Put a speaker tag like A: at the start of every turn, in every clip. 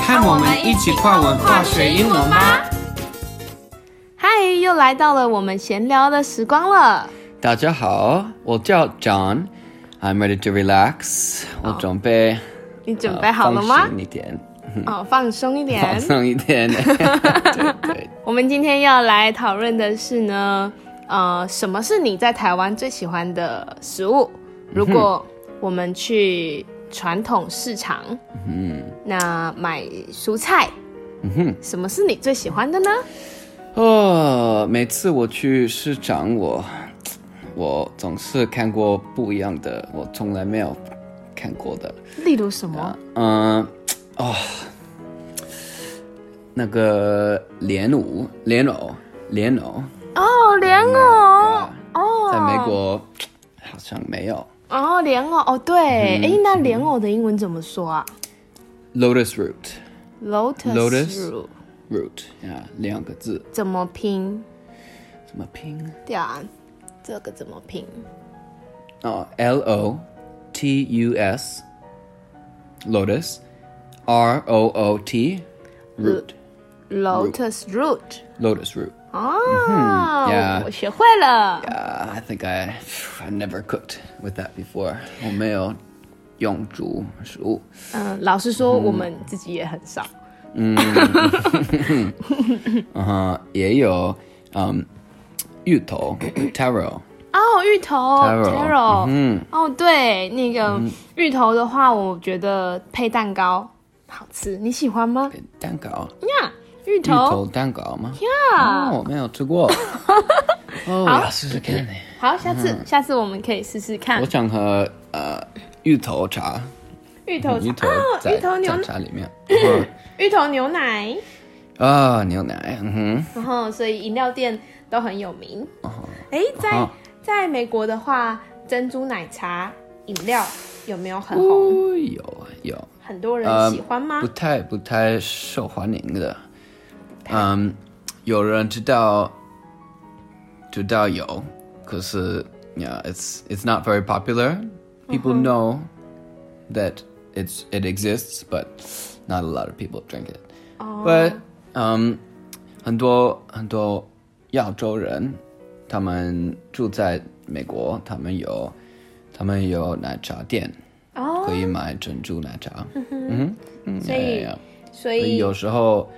A: 和我们一起跨文化学英文吧！
B: 嗨，又来到了我们闲聊的时光了。
C: 大家好，我叫 John。I'm ready to relax，、我准备呃
B: 你准备好了吗
C: 放？松一点，
B: 哦，放松一
C: 放
B: 点。
C: 松一点。 对对，
B: 我们今天要来讨论的是呢，呃，什么是你在台湾最喜欢的食物？如果我们去传统市场，
C: 嗯
B: 那买蔬菜，
C: 嗯哼。
B: 什么是你最喜欢的呢？
C: 哦，每次我去市场，我我总是看过不一样的，我从来没有看过的。
B: 例如什么？
C: 嗯，哦，那个莲藕，莲藕，莲藕，
B: 哦，莲藕，哦，
C: 在美国好像没有。
B: 哦，莲藕，哦，对，哎、那莲藕的英文怎么说啊
C: Lotus root
B: ？Lotus
C: Lotus
B: root
C: root 啊，两个字
B: 怎么拼？
C: 怎么拼？
B: 对啊，这个怎么拼？
C: 哦，L Oh, O T U S lotus R O O T root
B: Lotus root。
C: lotus root.
B: 哦
C: yeah
B: 我学会了。
C: Uh, I think I I never cooked with that before. 我没有用煮食物。
B: 嗯，老实说，我们自己也很少。
C: Uh, 也有 um 芋头 taro
B: 哦，芋头
C: Taro，
B: 嗯，哦，对，那个芋头的话，我觉得配蛋糕好吃，你喜欢吗？
C: 蛋糕
B: 呀，芋头，
C: 芋头蛋糕吗？
B: 呀，
C: Oh, 哦，没有吃过。哦，我要试试看。
B: 好，下次下次嗯我们可以试试看
C: 我想喝呃芋头茶，
B: 芋头茶哦，
C: 芋头在
B: 芋头牛
C: 在茶里面。
B: 芋头牛奶，
C: 啊、哦，牛奶，嗯哼，
B: 然后所以饮料店都很有名。哎，在
C: 哦
B: 在美国的话，珍珠奶茶饮料有没有很
C: 嗯
B: 红？
C: 哦有有，
B: 很多
C: 呃，
B: 人喜欢吗
C: 不？太不太受欢迎的。嗯，有人知道知道有，可是 yeah it's it's not very popular. People
B: Mm-hmm.
C: know that it's it exists, but not a lot of people drink it.
B: Oh.
C: But 嗯，很多很多亚洲人，他们住在美国，他们有他们有奶茶店，
B: 哦
C: 可以买珍珠奶茶。
B: 所以
C: 呀
B: 所
C: 所以
B: 以
C: 有时候，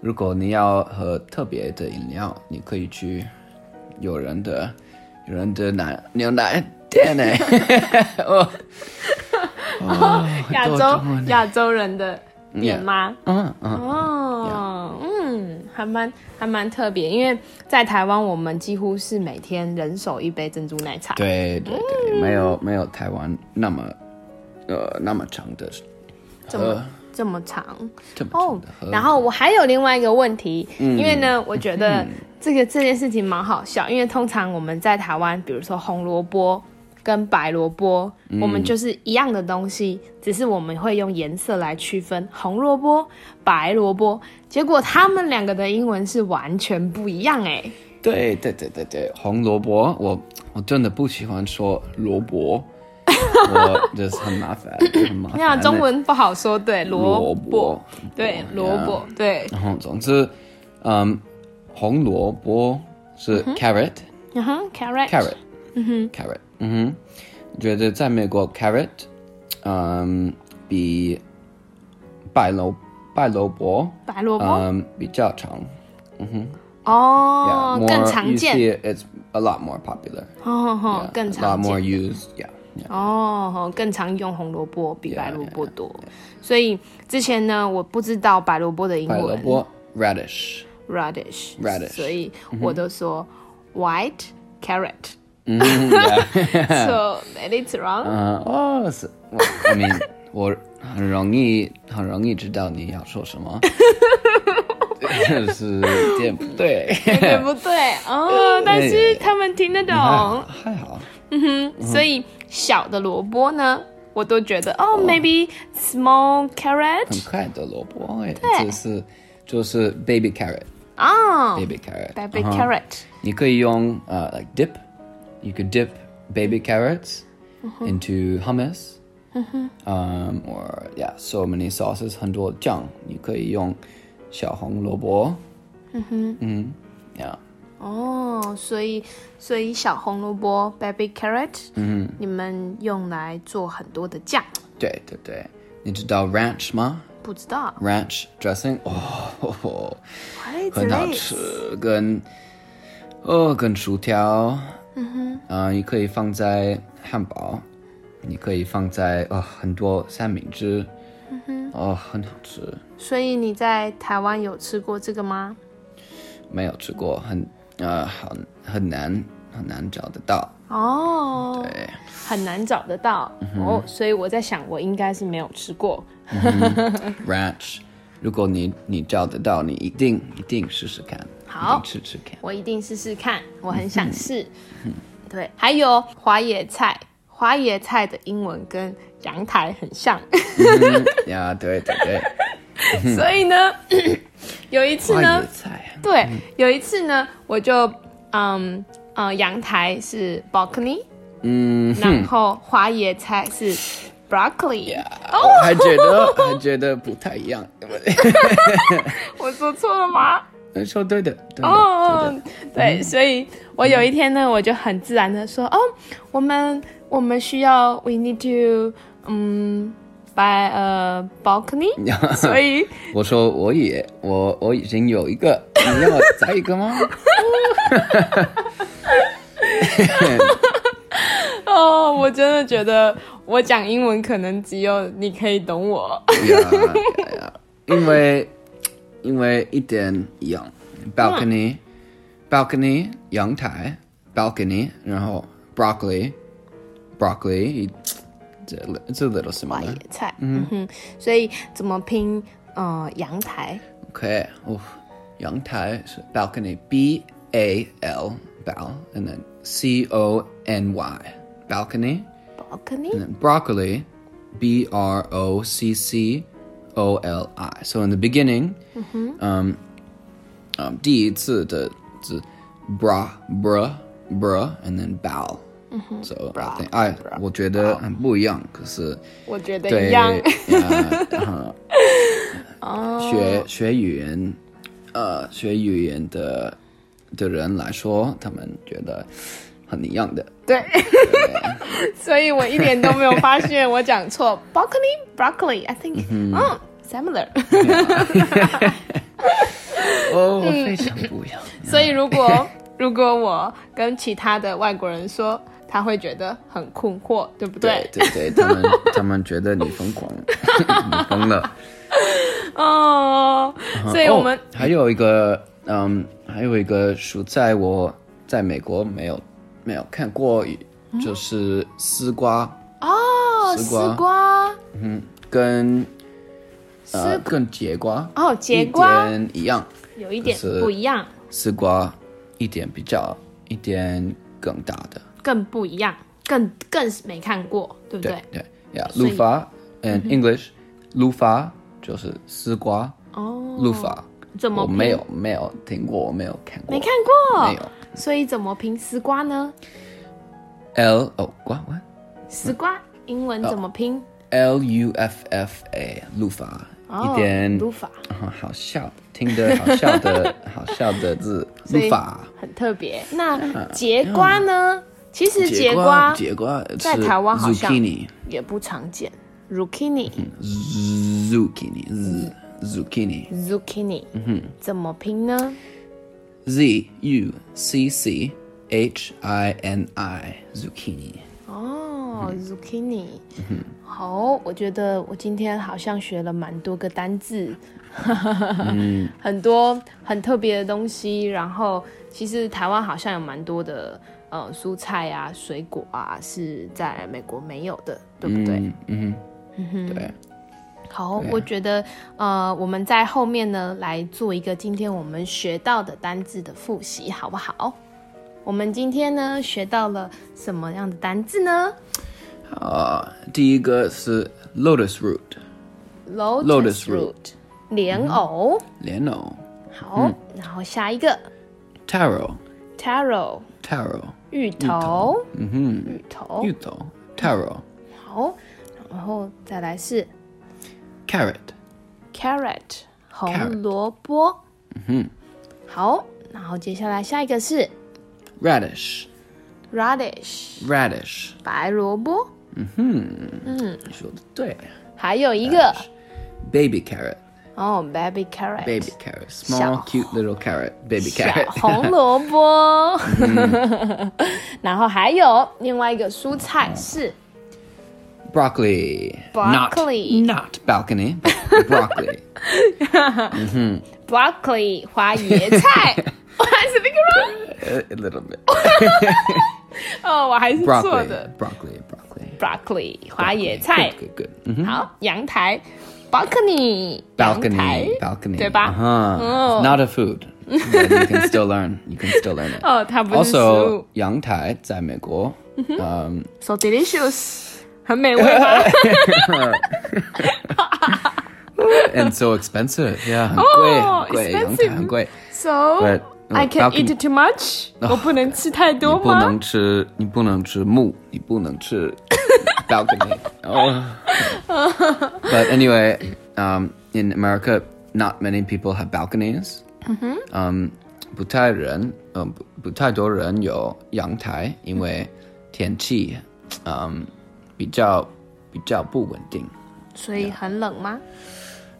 C: 如果你要喝特别的饮料，你可以去有人的有人的奶牛奶店呢。 哦，
B: 亚
C: 很多
B: 洲
C: 中文
B: 亚洲人的点
C: Yeah
B: 吗？
C: 嗯嗯，
B: 哦，嗯，还蛮还蛮特别，因为在台湾我们几乎是每天人手一杯珍珠奶茶。
C: 对对对，没有没有台湾那么呃那么长的
B: 这么这么长
C: 这么
B: 哦
C: 长的喝。。嗯
B: 然后我还有另外一个问题，因为呢，我觉得这个这件事情蛮好笑，因为通常我们在台湾，比如说红萝卜跟白萝卜，
C: 嗯
B: 我们就是一样的东西，只是我们会用颜色来区分红萝卜、白萝卜。结果他们两个的英文是完全不一样哎。
C: 对对对对对，红萝卜，我我真的不喜欢说萝卜， 我就是很麻烦，很麻烦。
B: 那中文不好说，对，萝
C: 萝
B: 卜
C: 卜，
B: 对，
C: 萝
B: 萝
C: 卜
B: 卜，对，
C: 然后总之，嗯，红萝卜是 carrot、
B: 嗯哼
C: carrot，嗯哼 carrot，嗯哼，觉得在美国 carrot，嗯，比白萝白萝卜，
B: 白萝卜，
C: 嗯，比较长
B: 哦
C: yeah,，more
B: 更常见。
C: You see it, it's a lot more popular，
B: 哦吼
C: yeah,，
B: 更
C: a lot
B: 常见
C: more used，yeah。Yeah.
B: 哦，吼更常用红萝卜比白
C: Yeah,
B: 萝卜多，所以之前呢，我不知道白萝卜的英
C: 白萝
B: 文
C: 卜 radish，
B: radish
C: Radish 嗯
B: 所以我都说 white carrot，so it's wrong。
C: 嗯、哦是，我 I mean 我很容易很容易知道你要说 什么，是有点不对，
B: 对不对哦，但是他们听得
C: 还
B: 懂，
C: 还好，
B: 所以小的萝卜呢，我都觉得哦，maybe small
C: 很
B: carrot
C: 快的萝卜哎，就是就是 baby carrot
B: 啊
C: baby carrot
B: ，baby
C: 嗯哼
B: carrot，
C: 你可以用呃、like dip，you could dip baby carrots into hummus， um, or yeah, so many sauces 很多酱，你可以用小红萝卜。嗯哼，嗯，yeah，
B: 哦，所以所以小红萝卜 baby carrot，嗯，你们用来做很多的酱，
C: 对对对，你知道 ranch 吗
B: 不知道
C: ？ranch dressing，哦，
B: 哎，之
C: 很好
B: 类
C: 吃，跟哦跟薯条，嗯哼，啊、你可以放在汉堡，你可以放在哦很多三明治，嗯哼，哦很好吃，
B: 所以你在台湾有吃过这个吗？
C: 没有吃过，很呃很很难很难找得到，
B: 哦，
C: 对，嗯
B: 很难找得到、哦，所以我在想，我应该是没有吃过。
C: ranch，如果你你找得到，你一定一定试试看，
B: 好
C: 一定吃吃看，
B: 我一定试试看，我很想试。
C: 嗯
B: 对，还有花椰菜，花椰菜的英文跟阳台很像，
C: 嗯呀、对对对，
B: 所以呢， 有一次
C: 花
B: 呢
C: 椰，菜，啊
B: 对，有一次呢，我就嗯呃，阳台是 balcony，
C: 嗯，
B: 然后花椰菜是 broccoli，、
C: 我还觉得
B: 哦
C: 还觉得不太一样，对不对？
B: 我说错了吗？
C: 说对的，对的，嗯对的嗯
B: 哦，对，所以我有一天呢，我就很自然的说，哦，我们我们需要，we need to，嗯，buy a balcony，所以
C: 我说我也我我已经有一个，你要再一 个吗？
B: 哦，我真的觉得我讲英文可能只有你可以懂我。
C: 呀呀呀因为因为一点一样，balcony、balcony 阳台 balcony，然后 broccoli broccoli 这这 little
B: 花
C: similar
B: 野。菜，嗯哼，所以怎么拼？呃，阳台
C: OK，哦，阳台是 balcony b a l bal and then c o n y balcony。
B: balcony，
C: And then broccoli, B R O C C O L I. So in the beginning, um, um, 第一次的字 bra bra bra and then bow. So I think I 我觉得很不一样，可是
B: 我觉得一
C: 对啊
B: 样。
C: 学学语言，呃，学语言的的人来说，他们觉得很一样的。
B: 对，所以我一点都没有发现我讲错。Broccoli, broccoli, I think，嗯，similar。
C: 哦，非常不一样。
B: 所以如果 如果我跟其他的外国人说，他会觉得很困惑，对不对？
C: 对对，他们他们觉得你疯狂， 你疯了。
B: 哦，所以我们
C: 哦、还有一个，嗯，还有一个蔬菜，我在美国没有没有看过，就是丝瓜
B: 哦，
C: 丝
B: 丝
C: 瓜
B: 瓜，
C: 跟呃
B: 丝
C: 跟节瓜
B: 哦节瓜
C: 一点一样，
B: 有一点
C: 就是
B: 不一样，
C: 丝瓜一点比较一点更大的，
B: 更不一样，更更是没看过，对不对？
C: 对呀，
B: 所
C: 路
B: 以嗯
C: 法 and English，路法就是丝瓜，
B: 哦，
C: 路法
B: 怎么
C: 我
B: 拼
C: 没有没有听过，我没有看过，
B: 没看过，
C: 没有。
B: 所以怎么拼丝瓜呢？
C: L 哦，瓜瓜
B: 丝瓜英文
C: 嗯
B: 怎么拼？
C: L U F F A 路法，
B: 哦
C: 一点
B: 读法
C: 啊好笑，听着好笑 的好笑的字，
B: 所以
C: 路法。
B: 很特别。那节瓜呢？其实节瓜
C: 啊嗯节瓜
B: 在台湾好像
C: zucchini
B: 也不常见，zucchini。
C: 嗯 zucchini z
B: 嗯
C: zucchini
B: zucchini，怎
C: 嗯
B: 么拼呢
C: z u c c h i n i zucchini
B: 哦、z u c c h i n i 好，我觉得我今天好像学了蛮多个单字， 很多很特别的东西。然后其实台湾好像有蛮多的呃蔬菜啊、水果啊是在美国没有的，对不对？
C: 嗯嗯哼
B: Mm-hmm.
C: 对
B: 好，我觉得呃，我们在后面呢来做一个今天我们学到的单字的复习，好不好？我们今天呢学到了什么样的单字呢
C: 啊第一个是 lotus root
B: ？Lotus, 嗯
C: Lotus root
B: 莲藕。
C: 莲藕
B: 好，然后下一个
C: taro
B: taro，
C: taro
B: 芋头。嗯哼，芋头
C: 芋。头 taro
B: 好，然然后再来是
C: Carrot.
B: carrot 红
C: Carrot
B: 萝卜。嗯哼，好，然后接下来下一个是
C: Radish.
B: radish
C: Radish.
B: 白萝卜，
C: 说得对。Baby
B: 还有一个
C: carrot.
B: 哦 baby carrot
C: Baby carrot. Small,
B: Xiao-
C: cute little carrot. Baby
B: 小
C: carrot.
B: 红萝卜。嗯 然后还有另外一个蔬菜是
C: broccoli.
B: Broccoli.
C: Not, not balcony, but broccoli.
B: broccoli 花椰菜。 我还是 wrong？
C: a, a little bit.
B: Oh, 哦，我还是错
C: Broccoli.
B: 的。
C: Broccoli. Broccoli.
B: broccoli 花椰菜。
C: Good, good, good. Mhm.
B: 好，阳台 balcony 阳台
C: Balcony. Balcony.
B: 对吧？
C: Uh-huh.
B: Oh.
C: It's not a food. but you can still learn. You can still learn it.
B: 哦，它不是食
C: Also,
B: 物
C: 阳台在美国,
B: Mm-hmm.
C: um,
B: ，so delicious，很美味 吗？
C: and so expensive. Yeah.
B: Oh,
C: 很贵，很贵，
B: expensive.
C: 阳台很贵。
B: So
C: But,
B: I can
C: balcony- 哦
B: eat too much，、我不能吃太多
C: 你不
B: 哦吗
C: 能吃，你不能吃木，你不能 吃 balcony。哦。But anyway, um, in America, not many people have balconies.
B: Mm-hmm.
C: 嗯不太人，嗯，不不太多人有阳台，因为天气，嗯，比较比较不稳定，
B: 所以很冷吗？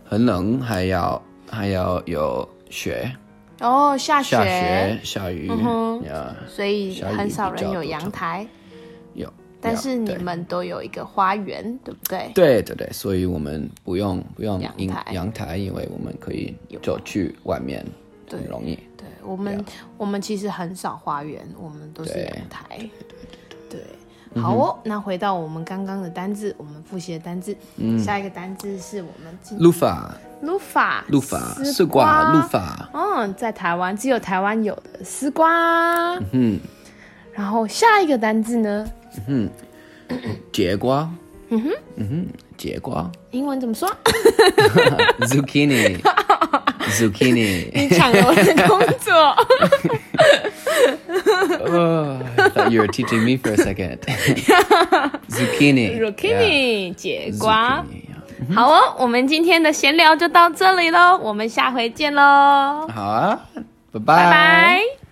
C: 很冷，还要还要有雪，
B: 哦、下雪，嗯
C: 下雪，下雨，呀，
B: 所以
C: 下雨
B: 很少
C: 比较
B: 人有
C: 多
B: 阳
C: 种
B: 台，
C: 有。
B: 但
C: 呀
B: 是你
C: 对
B: 们都有一个花园，对不对？
C: 对对对，所以我们不用不用
B: 阳
C: 阳
B: 台
C: 阳台，因为我们可以走去外面，
B: 对
C: 很容易。
B: 对我们我们其实很少花园，我们都是
C: 对
B: 阳台。对，好哦。那回到我们刚刚的单字，我们复习的单字，下一个单字是我们今
C: 露法
B: 露法
C: 露法丝
B: 丝
C: 瓜露。法，
B: 嗯，在台湾只有台湾有的丝瓜。嗯，然后下一个单字呢？
C: 节瓜，嗯哼嗯哼，节 瓜
B: 英文怎么说？
C: ，zucchini zucchini，
B: 你抢了我的工作。
C: 哦 I thought you were teaching me for a second. zucchini yeah,
B: Zucchini，节瓜。
C: zucchini, 嗯 yeah.
B: 好哦，我们今天的闲聊就到这里喽，我们下回见喽，
C: 好啊，拜
B: 拜
C: 拜
B: 拜。